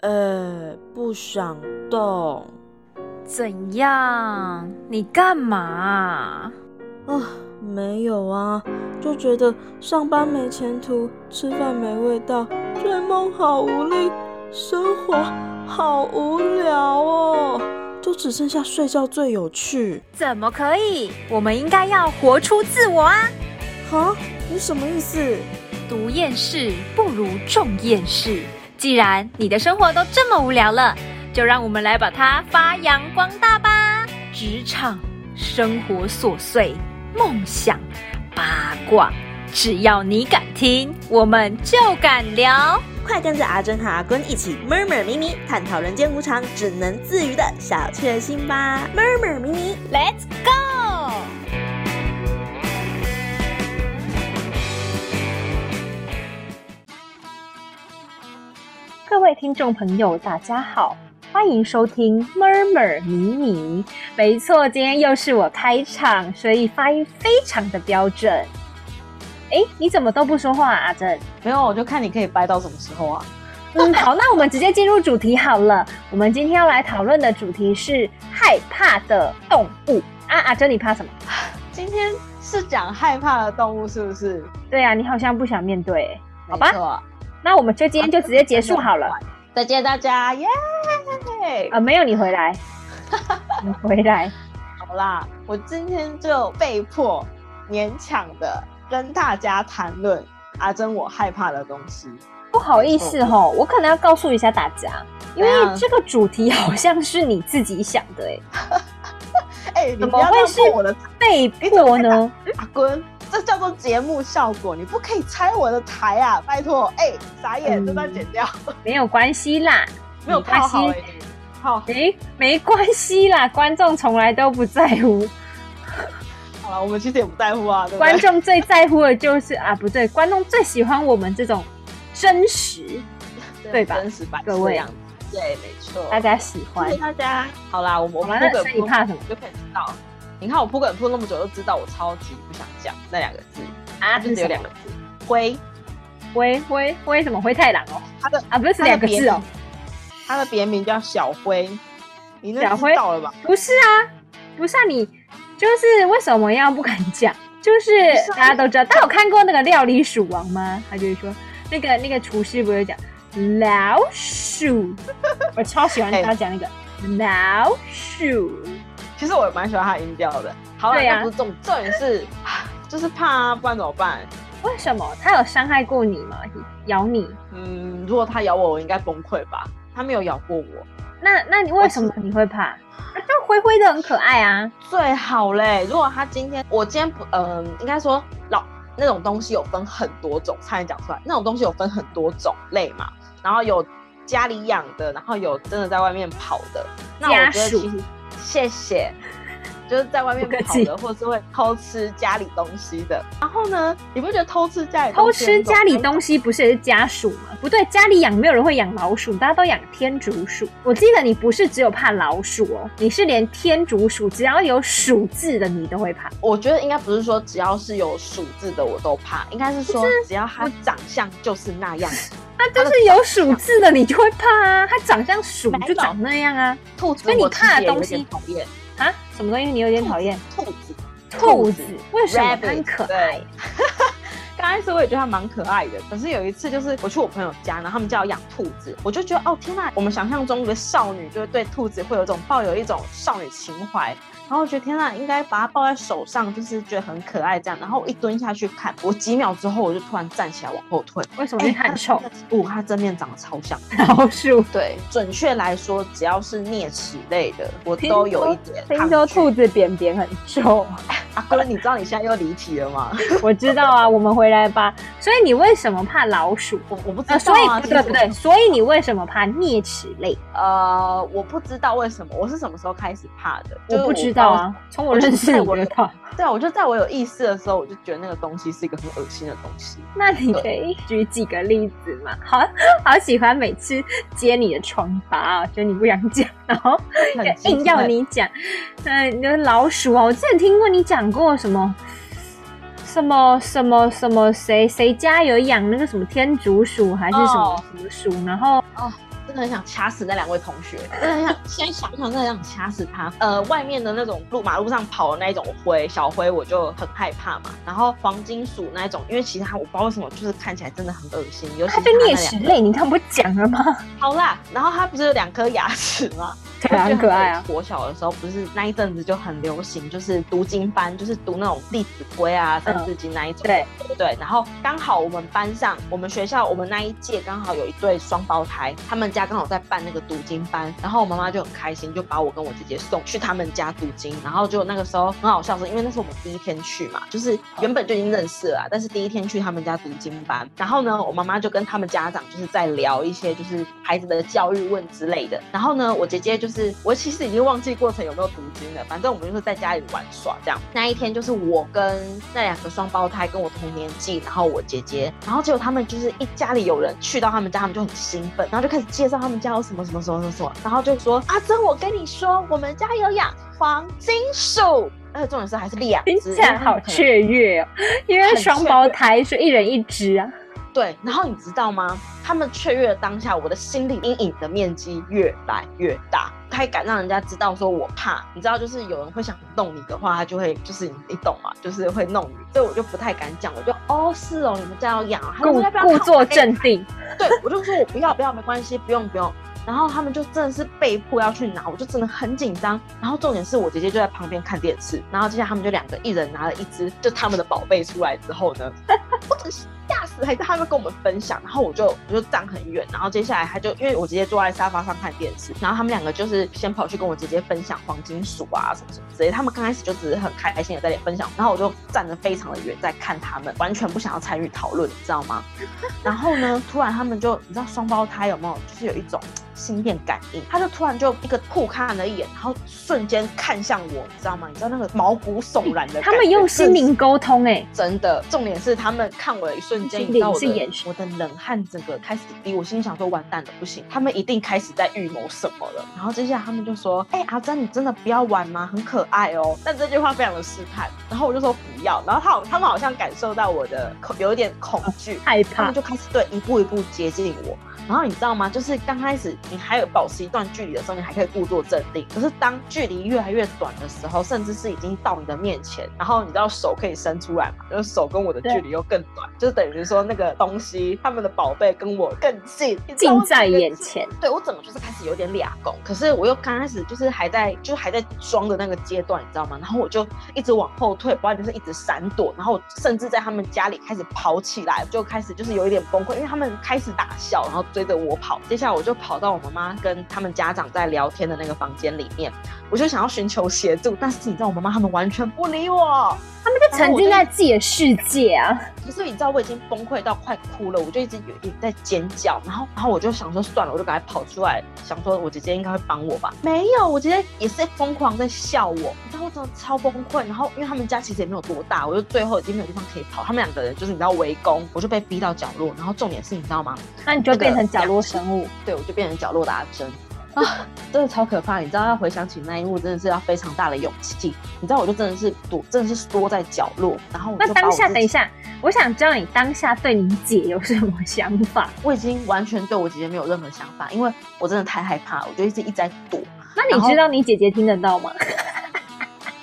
呃不想动。怎样？你干嘛？啊，没有啊，就觉得上班没前途，吃饭没味道，追梦好无力，生活好无聊哦，就只剩下睡觉最有趣。怎么可以？我们应该要活出自我啊！哈，你什么意思？读厌世不如众厌世。既然你的生活都这么无聊了，就让我们来把它发扬光大吧。职场、生活琐碎、梦想、八卦，只要你敢听，我们就敢聊。快跟着阿珍和阿坤一起 murmur 迷迷，探讨人间无常，只能自娱的小确幸吧！murmur 迷迷 Let's go！各位听众朋友，大家好，欢迎收听《murmur 迷你》。没错，今天又是我开场，所以发音非常的标准。哎，你怎么都不说话、啊，阿珍？没有，我就看你可以掰到什么时候啊。嗯，好，那我们直接进入主题好了。我们今天要来讨论的主题是害怕的动物啊，阿珍，你怕什么？今天是讲害怕的动物，是不是？对啊，你好像不想面对、好吧没错，那我们就今啊天就直接结束好了。再见大家，耶、啊，没有你回 来，你回来，好啦，我今天就被迫勉强的跟大家谈论阿珍我害怕的东西。不好意思哦，我可能要告诉一下大家，因为怎样这个主题好像是你自己想的哎，哎、你怎不么要会这样是破我的被你怎么迫会呢？阿坤，这叫做节目效果，你不可以拆我的台啊！拜托，哎、傻眼，嗯这段剪掉，没有关系啦，没有关套系好哎、好，诶，没关系啦，观众从来都不在乎，好了，我们其实也不在乎啊，对不观对？众最在乎的就是啊，不对，观众最喜欢我们这种真实，对吧真实版各位这样子，对，没错。大家喜欢谢谢。大家。好啦，我们我好啦们那扑所梗以你怕什么就可以知道。你看我扑梗扑那么久，就知道我超级不想讲那两个字，啊，就只有两个字，灰。灰灰灰什么灰太狼哦？它的啊，不是两个字哦，，它的别名叫小灰。你那小知灰道了吧？不是啊，不是啊，你就是为什么要不敢讲？就是不是啊大家都知道，大家有看过那个《料理鼠王》吗？他就是说，那个那个厨师不是讲老 鼠，我超喜欢哎他讲那个老鼠，其实我也蛮喜欢它的音调的。好了，对啊那不是重重点是，唉就是怕啊，不然怎么办？为什么他有伤害过你吗？咬你？嗯，如果它咬我，我应该崩溃吧？它没有咬过我，那那你为什么你会怕？啊，就灰灰的很可爱啊，最好嘞。如果它今天，我今天不，嗯、应该说老那种东西有分很多种，差点讲出来，那种东西有分很多种类嘛。然后有家里养的，然后有真的在外面跑的。那我觉家得属其实谢谢，就是在外面不客跑气的，或者是会偷吃家里东西的。然后呢，你不觉得偷吃家里偷东西吃很家里种东西不是也是家鼠吗？不对，家里养没有人会养老鼠，大家都养天竺鼠。我记得你不是只有怕老鼠哦，你是连天竺鼠只要有鼠字的你都会怕。我觉得应该不是说只要是有鼠字的我都怕，应该是说只要它长相就是那 样。那啊就是有鼠字的你就会怕啊，它长像鼠哪一就种长那样啊兔子所以你我其实怕的也有东西点讨厌，啊！什么东西你有点讨厌？兔子，兔兔子子为什么 Rabbit，它很可爱？ 刚开始我也觉得它蛮可爱的，可是有一次就是我去我朋友家，然后他们家有养兔子，我就觉得哦天呐，我们想象中的少女就是对兔子会有一种抱有一种少女情怀，然后我觉得天呐，应该把它抱在手上，就是觉得很可爱这样。然后我一蹲下去看，我几秒之后我就突然站起来往后退， 为什么你很丑？它真的，不，它真面长得超像。老鼠。对，准确来说，只要是啮齿类的，我都有一点 听说兔子子扁扁很臭，阿啊哥，你知道你现在又离题了吗？ 我知道啊，我们回来吧。所以你为什么怕老鼠？我我不知道、呃，所以啊，不其实对我不对，所以你为什么怕啮齿类？呃，我不知道为什么，我是什么时候开始怕的？就我不是知道。啊，从我认识你我就就怕。对啊，我就在我有意识的时候，我就觉得那个东西是一个很恶心的东西。那你可以举几个例子嘛？好 好喜欢每次揭你的疮疤啊，就你不想讲，然后很奇硬要怪你讲。嗯、你的老鼠啊，我之前听过你讲过什么？什么什么什么谁谁家有养那个什么天竺鼠还是什么哦什么鼠，然后哦真的很想掐死那两位同学，真的很想，现在想想真的很想掐死他。呃，外面的那种路马路上跑的那一种灰小灰，我就很害怕嘛。然后黄金鼠那一种，因为其实它我不知道为什么，就是看起来真的很恶心，尤其它是就它那啮两齿类，你看不讲了吗？好啦，然后它不是有两颗牙齿吗？ 对啊很可爱 啊。国小的时候不是那一阵子就很流行，就是读经班，就是读那种《弟子规》啊、《三字经》那一种。嗯对，对，然后刚好我们班上，我们学校，我们那一届刚好有一对双胞胎，他们家刚好在办那个读经班，然后我妈妈就很开心，就把我跟我姐姐送去他们家读经，然后就那个时候很好笑是，因为那是我们第一天去嘛，就是原本就已经认识了啊，但是第一天去他们家读经班，然后呢，我妈妈就跟他们家长就是在聊一些就是孩子的教育问之类的，然后呢，我姐姐就是我其实已经忘记过程有没有读经了，反正我们就是在家里玩耍这样。那一天就是我跟那两个双胞胎跟我同年纪，然后我姐姐，然后结果他们就是一家里有人去到他们家，他们就很兴奋，然后就开始介绍他们家有什么什么什么什么什么，然后就说阿珍，我跟你说，我们家有养黄金鼠。而且重点是还是两听只，起来好因为他们可能雀跃哦，因为很双雀胞胎是一人一只啊。对，然后你知道吗？他们雀跃的当下，我的心理阴影的面积越来越大，还敢让人家知道说我怕。你知道，就是有人会想弄你的话，他就会就是你你懂吗？就是会弄你，所以我就不太敢讲。我就哦是哦，你们家有养啊，他就故说要不要啊看故我作给你镇看定，对，我就说我不要不要，没关系，不用不用。然后他们就真的是被迫要去拿，我就真的很紧张。然后重点是我姐姐就在旁边看电视，然后接下来他们就两个一人拿了一只，就他们的宝贝出来之后呢，我真是吓死，还是他们跟我们分享。然后我就我就站很远，然后接下来他就因为我姐姐坐在沙发上看电视，然后他们两个就是先跑去跟我姐姐分享黄金鼠啊什么什么之类的。他们刚开始就只是很开心的在那里分享，然后我就站得非常的远在看他们，完全不想要参与讨论，你知道吗？ 然后呢，突然他们就，你知道双胞胎有没有？就是有一种心电感应，他就突然就一个互看了一眼，然后瞬间看向我，你知道吗？你知道那个毛骨悚然的感觉，他们用心真的是灵沟通哎、真的，重点是他们看我的一瞬间，心你知道灵我是的眼神我的冷汗整个开始滴，我心里想说完蛋了，不行，他们一定开始在预谋什么了。然后接下来他们就说：“哎、阿珍，你真的不要玩吗？很可爱哦。”但这句话非常的试探，然后我就说不要，然后他好，他们好像感受到我的恐有一点恐惧，害他怕们，就开始对一步一步接近我。然后你知道吗？就是刚开始你还有保持一段距离的时候，你还可以故作镇定。可是当距离越来越短的时候，甚至是已经到你的面前，然后你知道手可以伸出来嘛？就是手跟我的距离又更短，就等于说那个东西，他们的宝贝跟我更近，你知道近吗在这个眼前。对我整个就是开始有点俩拱，可是我又刚开始就是还在就是还在装的那个阶段，你知道吗？然后我就一直往后退，不然就是一直闪躲，然后甚至在他们家里开始跑起来，就开始就是有一点崩溃，因为他们开始打笑，然后追着我跑。接下来我就跑到我妈妈跟他们家长在聊天的那个房间里面，我就想要寻求协助，但是你知道我妈妈他们完全不理我，他们就然后沉我浸就在自己的世界啊，可是你知道我已经崩溃到快哭了，我就一直有一直在尖叫，然后然后我就想说算了，我就赶快跑出来，想说我姐姐应该会帮我吧。没有，我姐姐也是疯狂在笑我，你知道我真的超崩溃。然后因为他们家其实也没有多大，我就最后已经没有地方可以跑，他们两个人就是你知道围攻，我就被逼到角落。然后重点是你知道吗？那你就变成角落生物。对，我就变成角落的阿珍。啊， 真的超可怕！你知道，要回想起那一幕，真的是要非常大的勇气。你知道，我就真的是躲，真的是缩在角落，然后我那就把当我下，自等一己下，我想知道你当下对你姐有什么想法？我已经完全对我姐姐没有任何想法，因为我真的太害怕了，我就一直一直在躲，那你知道你姐姐听得到吗？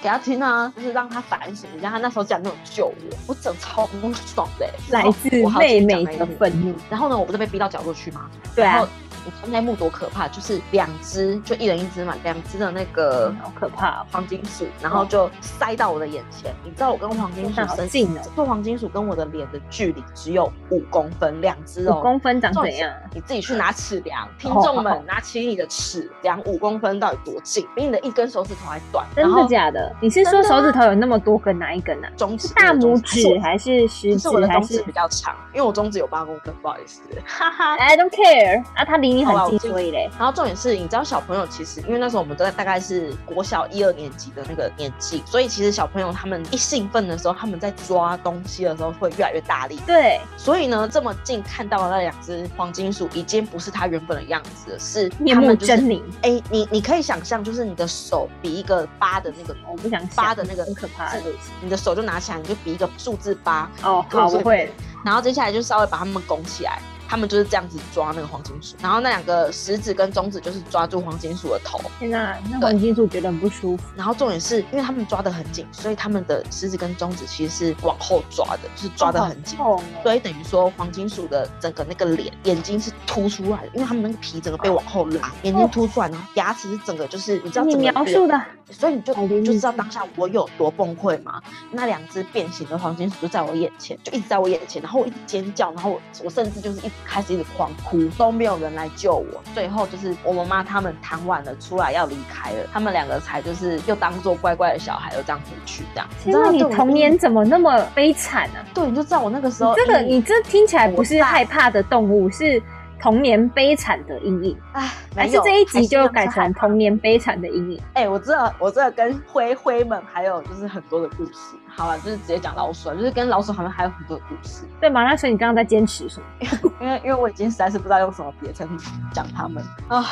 给她听啊，就是让她反省一下，她那时候竟然没有救我，我整超不爽的、欸，来自我好妹紧张妹哎那一的幕愤怒。然后呢，我不是被逼到角落去吗？对然啊后，你看那一幕多可怕，就是两只，就一人一只嘛，两只的那个好可怕哦黄金鼠，然后就塞到我的眼前。你知道我跟黄金鼠天哪好身近哦做黄金鼠跟我的脸的距离只有五公分，两只哦，五公分长重怎点样？啊你自己去拿尺量，听哦众好好们拿起你的尺量五公分到底多近，比你的一根手指头还短。然真的后假的？你是说真的手啊指头有那么多根，哪一根啊？中指是大拇指还还是食其指实我的还中指是比较长，因为我中指有八公分，不好意 思，哈哈。 ？I don't care。啊，他离你好啦很我近，最所以嘞，然后重点是，你知道小朋友其实，因为那时候我们都在大概是国小一二年级的那个年纪，所以其实小朋友他们一兴奋的时候，他们在抓东西的时候会越来越大力，对，所以呢，这么近看到的那两只黄金鼠已经不是它原本的样子了，是面它目们就是狰狞。哎、你你可以想象，就是你的手比一个八的那个，我不想啊想八的那个很可怕是你的手就拿起来，你就比一个数字八，哦，好，我会了。然后接下来就稍微把它们拱起来。他们就是这样子抓那个黄金鼠，然后那两个食指跟中指就是抓住黄金鼠的头，天哪，那黄金鼠觉得很不舒服。然后重点是因为他们抓得很紧，所以他们的食指跟中指其实是往后抓的，就是抓得很紧。痛哦所以等于说，黄金鼠的整个那个脸、眼睛是凸出来的，因为他们那个皮整个被往后拉，眼睛凸出来，然后牙齿是整个就是你知道你整个描述的脸，所以你就好灵就异知道当下我有多崩溃嘛。那两只变形的黄金鼠就在我眼前，就一直在我眼前，然后我一直尖叫，然后我我甚至就是一直开始一直狂哭，都没有人来救我。最后就是我妈妈他们谈完了出来要离开了，他们两个才就是又当做乖乖的小孩又这样回去这样。天哪，你你知道对我童年怎么那么悲惨啊？对，你就知道我那个时候你这个阴影你这听起来不是害怕的动物，是童年悲惨的阴影。唉，没还是有这一还集是就让改他害成怕童年悲惨的阴影？哎、我真的，我真的跟灰灰们还有就是很多的故事。好了，就是直接讲老鼠啊，就是跟老鼠好像还有很多的故事，对吗？那所以你刚刚在坚持什么？因为因为我已经实在是不知道用什么别称讲他们啊。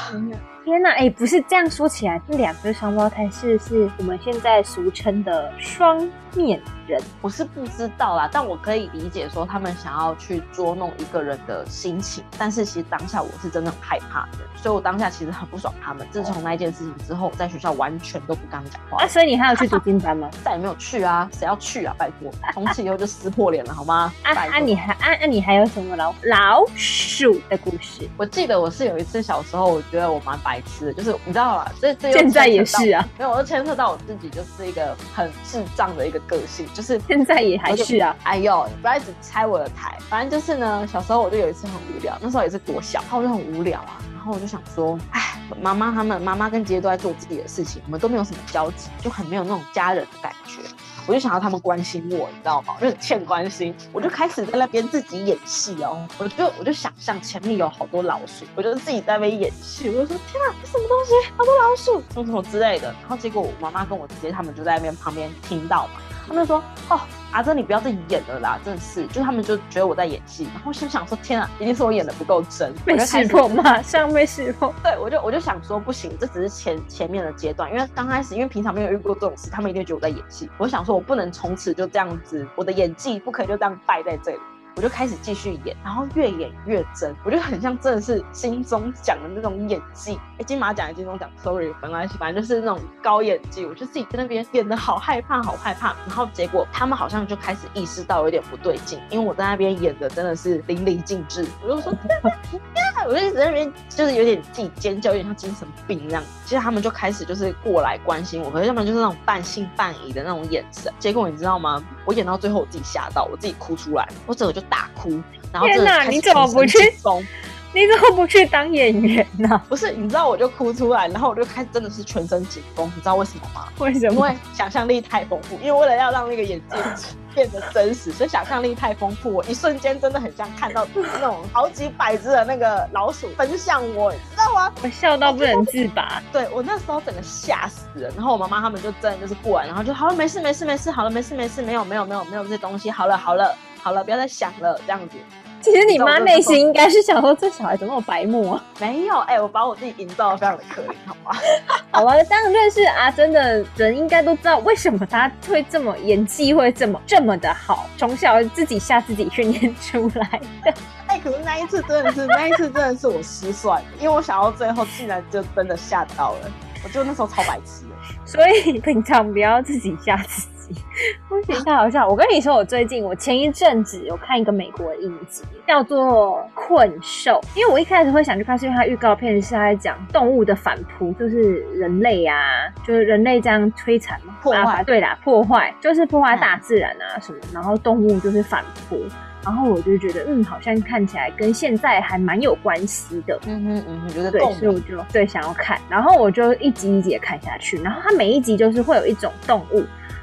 天呐，哎、不是这样说起来，这两个双胞胎是是我们现在俗称的双面人。我是不知道啦，但我可以理解说他们想要去捉弄一个人的心情，但是其实当下我是真的很害怕的，所以我当下其实很不爽他们。自从那一件事情之后，我在学校完全都不跟他们讲话啊，，所以你还有去读经班吗？再也没有去啊，谁要去啊？拜托，从此以后就撕破脸了好吗？啊拜托啊，你还啊啊，你还有什么老老鼠的故事？我记得我是有一次小时候，我觉得我蛮白痴的，就是你知道吧？这这又现在也牵扯到是啊，没有，我就牵涉到我自己就是一个很智障的一个个性， 就是现在也还是啊。哎呦，你不要一直拆我的台。反正就是呢，小时候我就有一次很无聊，那时候也是国小，然后我就很无聊啊，然后我就想说，哎，妈妈他们妈妈跟姐姐都在做自己的事情，我们都没有什么交集，就很没有那种家人的感觉。我就想要他们关心我，你知道吗？我就很欠关心，我就开始在那边自己演戏哦。我就我就想象前面有好多老鼠，我就自己在那边演戏，我就说天啊，这什么东西？好多老鼠，什么什么之类的。然后结果我妈妈跟我姐姐他们就在那边旁边听到嘛，他们就说哦。阿珍，你不要自己演了啦，真的是，就他们就觉得我在演戏，然后我心想说，天啊，一定是我演的不够真，我被就开识始破，马上被识破。对，我就我就想说，不行，这只是前前面的阶段，因为刚开始，因为平常没有遇过这种事，他们一定觉得我在演戏。我想说，我不能从此就这样子，我的演技不可以就这样败在这里。我就开始继续演，然后越演越真，我就很像真的是金钟奖的那种演技，哎，金马奖还是金钟奖，sorry，没关系，反正就是那种高演技，我就自己在那边演的好害怕，好害怕。然后结果他们好像就开始意识到有点不对劲，因为我在那边演的真的是淋漓尽致，我就说我就一直在那边就是有点自己尖叫，有点像精神病那样。其实他们就开始就是过来关心我，可是要不然就是那种半信半疑的那种眼神。结果你知道吗？我演到最后我自己吓到，我自己哭出来，我整个就大哭。然后天真的哪开始你怎么不全身去紧绷你怎么不去当演员啊呢、不是，你知道我就哭出来，然后我就开始真的是全身紧绷，你知道为什么吗？ 为什因么？为想象力太丰富，因为为了要让那个眼睛变得真实，所以想象力太丰富。我一瞬间真的很像看到那种好几百只的那个老鼠奔向我，你知道吗？我笑到不能自拔。对我那时候整个吓死了，然后我妈妈他们就真的就是过来，然后就好了，没事没事没事，好了没事没事，没有没有没有没有这些东西，好了好了好了，不要再想了，这样子其实你妈内心应该是想说，这小孩怎么那么白目 啊？没有，哎、我把我自己营造的非常的可怜，好吗？ 好吧，当认识阿珍的人应该都知道，为什么她会这么演技会这么这么的好，从小自己吓自己训练出来。哎、可是那一次真的是，那一次真的是我失算，因为我想到最后竟然就真的吓到了，我就那时候超白痴的。所以平常不要自己吓自己， 不行太好笑。我跟你说，我最近我前一阵子有看一个美国的影集，叫做《困兽》，因为我一开始会想去看，是因为它预告片是在讲动物的反扑，就是人类啊，就是人类这样摧残嘛，破坏嗯啊对啦，破坏就是破坏大自然啊什么，然后动物就是反扑。然后我就觉得，嗯，好像看起来跟现在还蛮有关系的，嗯哼嗯哼，就是对，共所以我鸣。就对想要看，然后我就一集一集的看下去，然后它每一集就是会有一种动物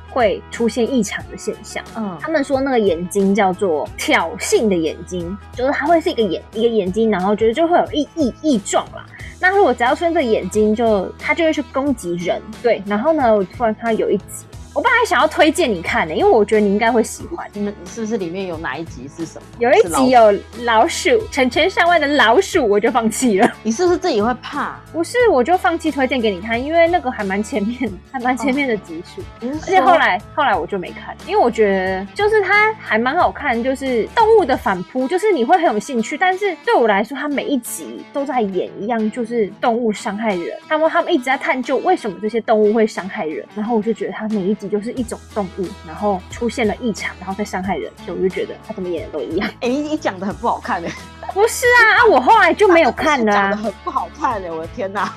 会出现异常的现象。嗯他们说那个眼睛叫做挑衅的眼睛，就是它会是一个眼一个眼睛，然后就是就会有异异异状啦。那如果只要出现这个眼睛就，它就会去攻击人。对，然后呢，我突然看到有一集，我本来想要推荐你看的、因为我觉得你应该会喜欢。你们是不是里面有哪一集是什么？有一是老集有老鼠，成千上万的老鼠，我就放弃了。你是不是自己会怕？不是，我就放弃推荐给你看，因为那个还蛮前面，还蛮前面的集数。而而且后来后来我就没看，因为我觉得就是它还蛮好看，就是动物的反扑，就是你会很有兴趣。但是对我来说，它每一集都在演一样，就是动物伤害人，那么他们一直在探究为什么这些动物会伤害人。然后我就觉得它每一集就是一种动物，然后出现了异常，然后再伤害人，所以我就觉得它怎么演的都一样。哎、你你讲的很不好看哎、 不是啊，啊我后来就没有看了、 讲的啊，很不好看哎、我的天哪！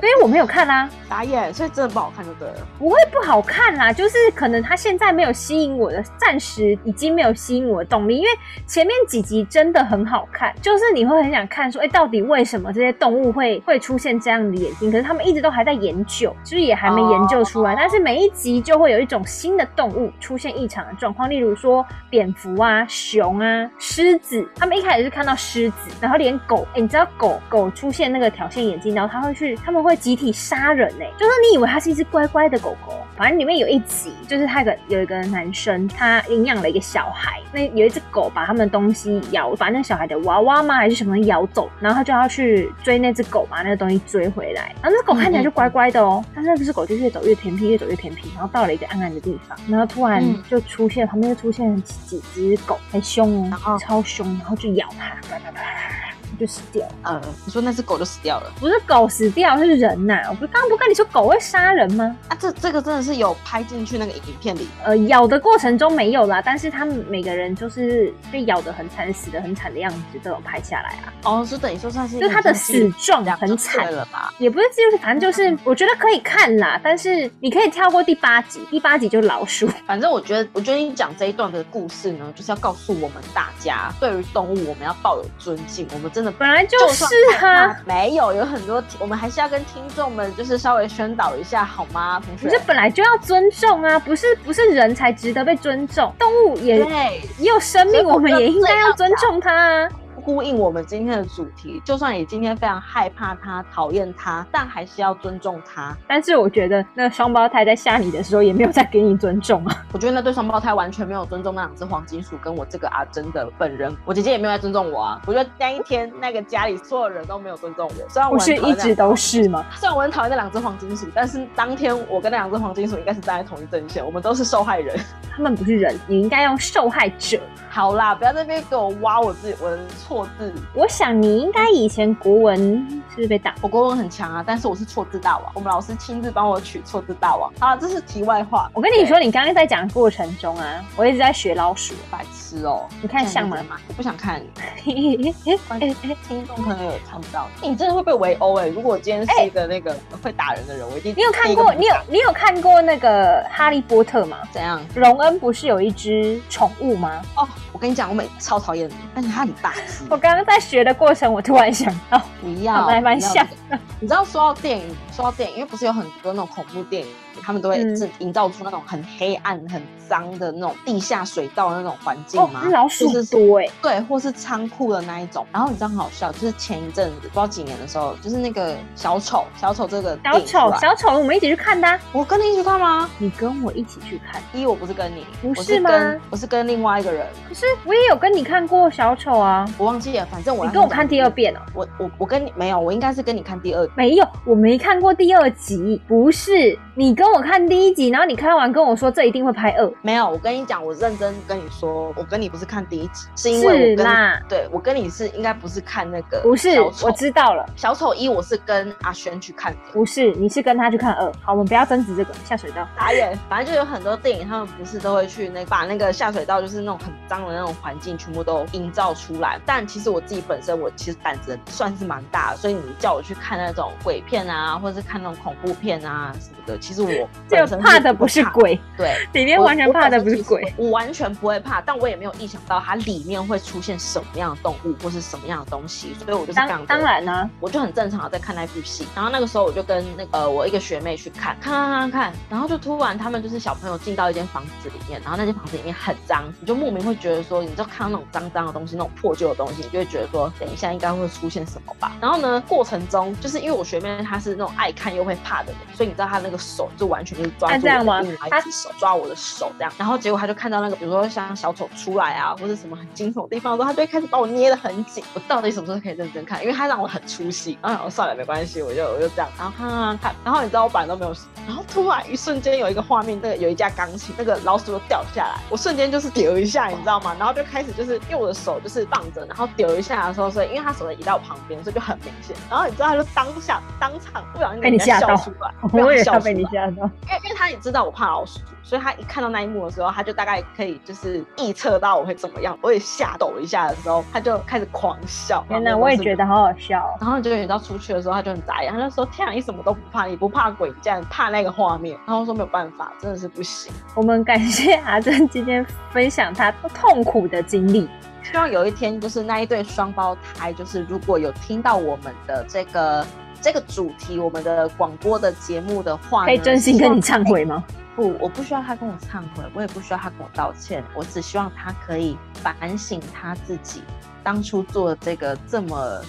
所以我没有看啦、打眼，所以真的不好看就对了。不会不好看啦，就是可能它现在没有吸引我的，暂时已经没有吸引我的动力，因为前面几集真的很好看，就是你会很想看说，哎、到底为什么这些动物会会出现这样的眼睛？可是他们一直都还在研究，就是也还没研究出来，但是每一集就会有一种新的动物出现异常的状况，例如说蝙蝠啊、熊啊、狮子，他们一开始是看到狮子，然后连狗，哎、你知道狗狗出现那个挑线眼睛，然后它会去，他们会集体杀人哎、就是你以为它是一只乖乖的狗狗，反正里面有一集就是他个有一个男生，他领养了一个小孩，那有一只狗把他们的东西咬，把那个小孩的娃娃吗还是什么咬走，然后他就要去追那只狗，把那个东西追回来，然后那狗看起来就乖乖的哦，但是那只狗就越走越偏僻，越走越偏僻，然后到了一个暗暗的地方，然后突然嗯就出现、旁边就出现几几只狗，很凶然哦后，超凶，然后就咬它，啪啪啪啪啪啪就死掉了。呃，你说那只狗就死掉了不是狗死掉，是人呐、我不刚刚不跟你说狗会杀人吗？啊？这这个真的是有拍进去那个影片里的。呃，咬的过程中没有啦，但是他们每个人就是被咬得很惨、死得很惨的样子都有拍下来啊，哦，是等于说算是就他的死状这样很惨就对。了吧？也不是就是，反正就是，我觉得可以看啦，但是你可以跳过第八集，第八集就老鼠，反正我觉得，我觉得你讲这一段的故事呢，就是要告诉我们大家，对于动物我们要抱有尊敬，我们真的不本来就就是算啊，没有，有很多，我们还是要跟听众们就是稍微宣导一下好吗，同不学是？本来就要尊重啊，不是不是人才值得被尊重，动物也对，啊也有生所命，以我我们就也应这该样要尊重它啊。呼应我们今天的主题，就算你今天非常害怕它、讨厌它，但还是要尊重它。但是我觉得那个双胞胎在吓你的时候，也没有在给你尊重啊。我觉得那对双胞胎完全没有尊重那两只黄金鼠跟我这个阿珍的本人，我姐姐也没有在尊重我啊。我觉得那一天那个家里所有人都没有尊重我，虽然我不是很讨一厌那直两，都是吗？虽然我很讨厌那两只黄金鼠，但是当天我跟那两只黄金鼠应该是站在同一阵线，我们都是受害人。 他们不是人，你应该用受害者。好啦，不要在那边给我挖我自己我的错字，我想你应该以前国文是不是被打？我国文很强啊，但是我是错字大王，我们老师亲自帮我取错字大王。好啦，这是题外话。我跟你说，你刚刚在讲的过程中啊，我一直在学老鼠。白痴哦！你看像 吗？吗？我不想看，哎哎哎听众可能也看不到。你真的会被围殴哎！如果我今天是一个那个会打人的人，我一定。你有看第一个过？不你有打你有看过那个《哈利波特》吗？怎样？荣恩不是有一只宠物吗？哦，我跟你讲，我每超讨厌你，但是他很大只。我刚刚在学的过程，我突然想到，不哦好要，吧还蛮不要像这个。你知道说到电影，说到电影，因为不是有很多那种恐怖电影，他们都会嗯制营造出那种很黑暗、很脏的那种地下水道的那种环境哦吗？，老鼠就是多哎、对，或是仓库的那一种。然后你知道很好笑，就是前一阵子不知道几年的时候，就是那个小丑，小丑这个小电影出丑来，小丑，我们一起去看它。我跟你一起看吗？你跟我一起去看，一我不是跟你，不我是是吗跟我是跟另外一个人，可是我也有跟你看过小丑啊。我忘记了，反正我你那跟我天看早上第二，遍哦、我我我跟你没有，我应该是跟你看第二。没有，我没看过第二集。不是，你跟我看第一集，然后你看完跟我说这一定会拍二。没有，我跟你讲，我认真跟你说，我跟你不是看第一集，是因为是我跟你啦，对我跟你是应该不是看那个不是小，丑我知道了，小丑一我是跟阿轩去看的，不是，你是跟他去看二。好，我们不要争执这个，下水道。打眼，反正就有很多电影，他们不是都会去那把那个下水道，就是那种很脏的那种环境，全部都营造出来。但其实我自己本身，我其实胆子算是蛮大的，所以你叫我去看那种鬼片啊，或者是看那种恐怖片啊什么的，其实我这本身怕的不是怕，鬼，对，里面完全怕的不是鬼我。我本身其实我我完全不会怕，但我也没有意想到它里面会出现什么样的动物或是什么样的东西，所以我就是这样当子当然啊啦、我就很正常的在看那部戏，然后那个时候我就跟那个、呃我一个学妹去看，看看看看，然后就突然他们就是小朋友进到一间房子里面，然后那间房子里面很脏，你就莫名会觉得说，你就看到那种脏脏的东西，那种破旧的东西，你就会觉得说，等一下应该会出现什么吧。然后呢，过程中就是因为我学妹她是那种爱看又会怕的人，所以你知道她那个手就就完全就是抓那住这样我吗的另外他一只手，抓我的手这样，然后结果他就看到那个，比如说像小丑出来啊，或者什么很惊悚的地方的时候，他就会开始把我捏得很紧。我到底什么时候可以认真看？因为他让我很出戏。然后我算了，没关系，我就我就这样，然后看看看看，然后你知道我板都没有，然后突然一瞬间有一个画面，那个有一架钢琴，那个老鼠就掉下来，我瞬间就是丢一下，你知道吗？然后就开始就是因为我的手就是放着，然后丢一下的时候，所以因为他手在移到我旁边，所以就很明显。然后你知道他就当下当场不小心被你吓到笑出来， 不小我心也笑要出被你来吓 到。因为因为他也知道我怕老鼠，所以他一看到那一幕的时候，他就大概可以就是臆测到我会怎么样。我也吓抖一下的时候，他就开始狂笑。天哪，我也觉得。得好好笑哦。然后就你知道出去的时候，他就很眨眼，他就说：“天啊，你什么都不怕，你不怕鬼，竟然怕那个画面。”然后我说：“没有办法，真的是不行。我们感谢阿珍今天分享她痛苦的经历。希望有一天，就是那一对双胞胎，就是如果有听到我们的这个这个主题，我们的广播的节目的话呢，可以真心跟你忏悔。悔吗？不，我不需要他跟我忏悔，我也不需要他跟我道歉，我只希望他可以反省他自己当初做这个这么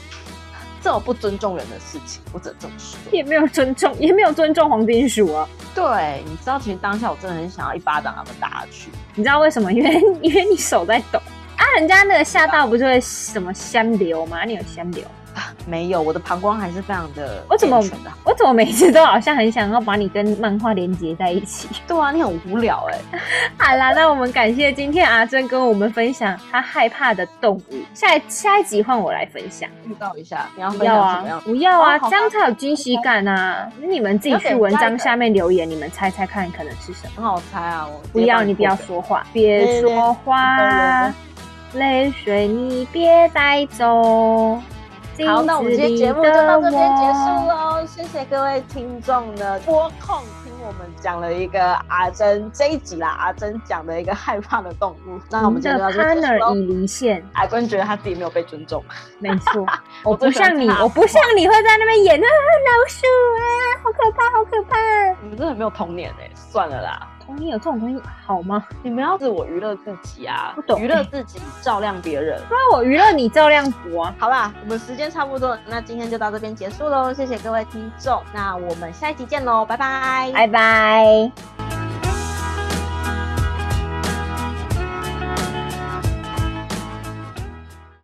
这么不尊重人的事情，我只能这么 说。也没有尊重，也没有尊重黄金鼠啊！对，你知道，其实当下我真的很想要一巴掌把他们打下去。你知道为什么？因为 因为你手在抖啊！人家那个吓到不就会什么香流吗？你有香流？没有，我的膀胱还是非常的我怎么健全的。我怎么每次都好像很想要把你跟漫画连接在一起？ 对啊，你很无聊欸哎、好啦，那我们感谢今天阿珍跟我们分享她害怕的动物。下一下一集换我来分享，预告一下，你要不分要享什么啊样？，不要啊，哦好吧这样才有惊喜感啊！你们自己去文章下面留言，你们猜猜看可能是什么？很好猜啊，我不要你不要说。说话，别说话，泪水你别带走。好，那我们今天节目就到这边结束了。喽，谢谢各位听众的拨空听我们讲了一个阿珍这一集啦，阿珍讲的一个害怕的动物。那我们今天嗯的就到这边结束 partner 喽。已离线，阿珍觉得她自己没有被尊重，没 错，我最不喜欢像你，看我不像你会在那边演啊老鼠啊，好可怕，好可怕。你们真的没有童年哎、算了啦，童年有这种东西好吗？你们要自我娱乐自己啊不，懂娱乐自己，照亮别人。那我娱乐你照亮我啊。好啦，我们时间差不多了，那今天就到这边结束喽，谢谢各位听众，那我们下一集见喽，拜拜，拜拜。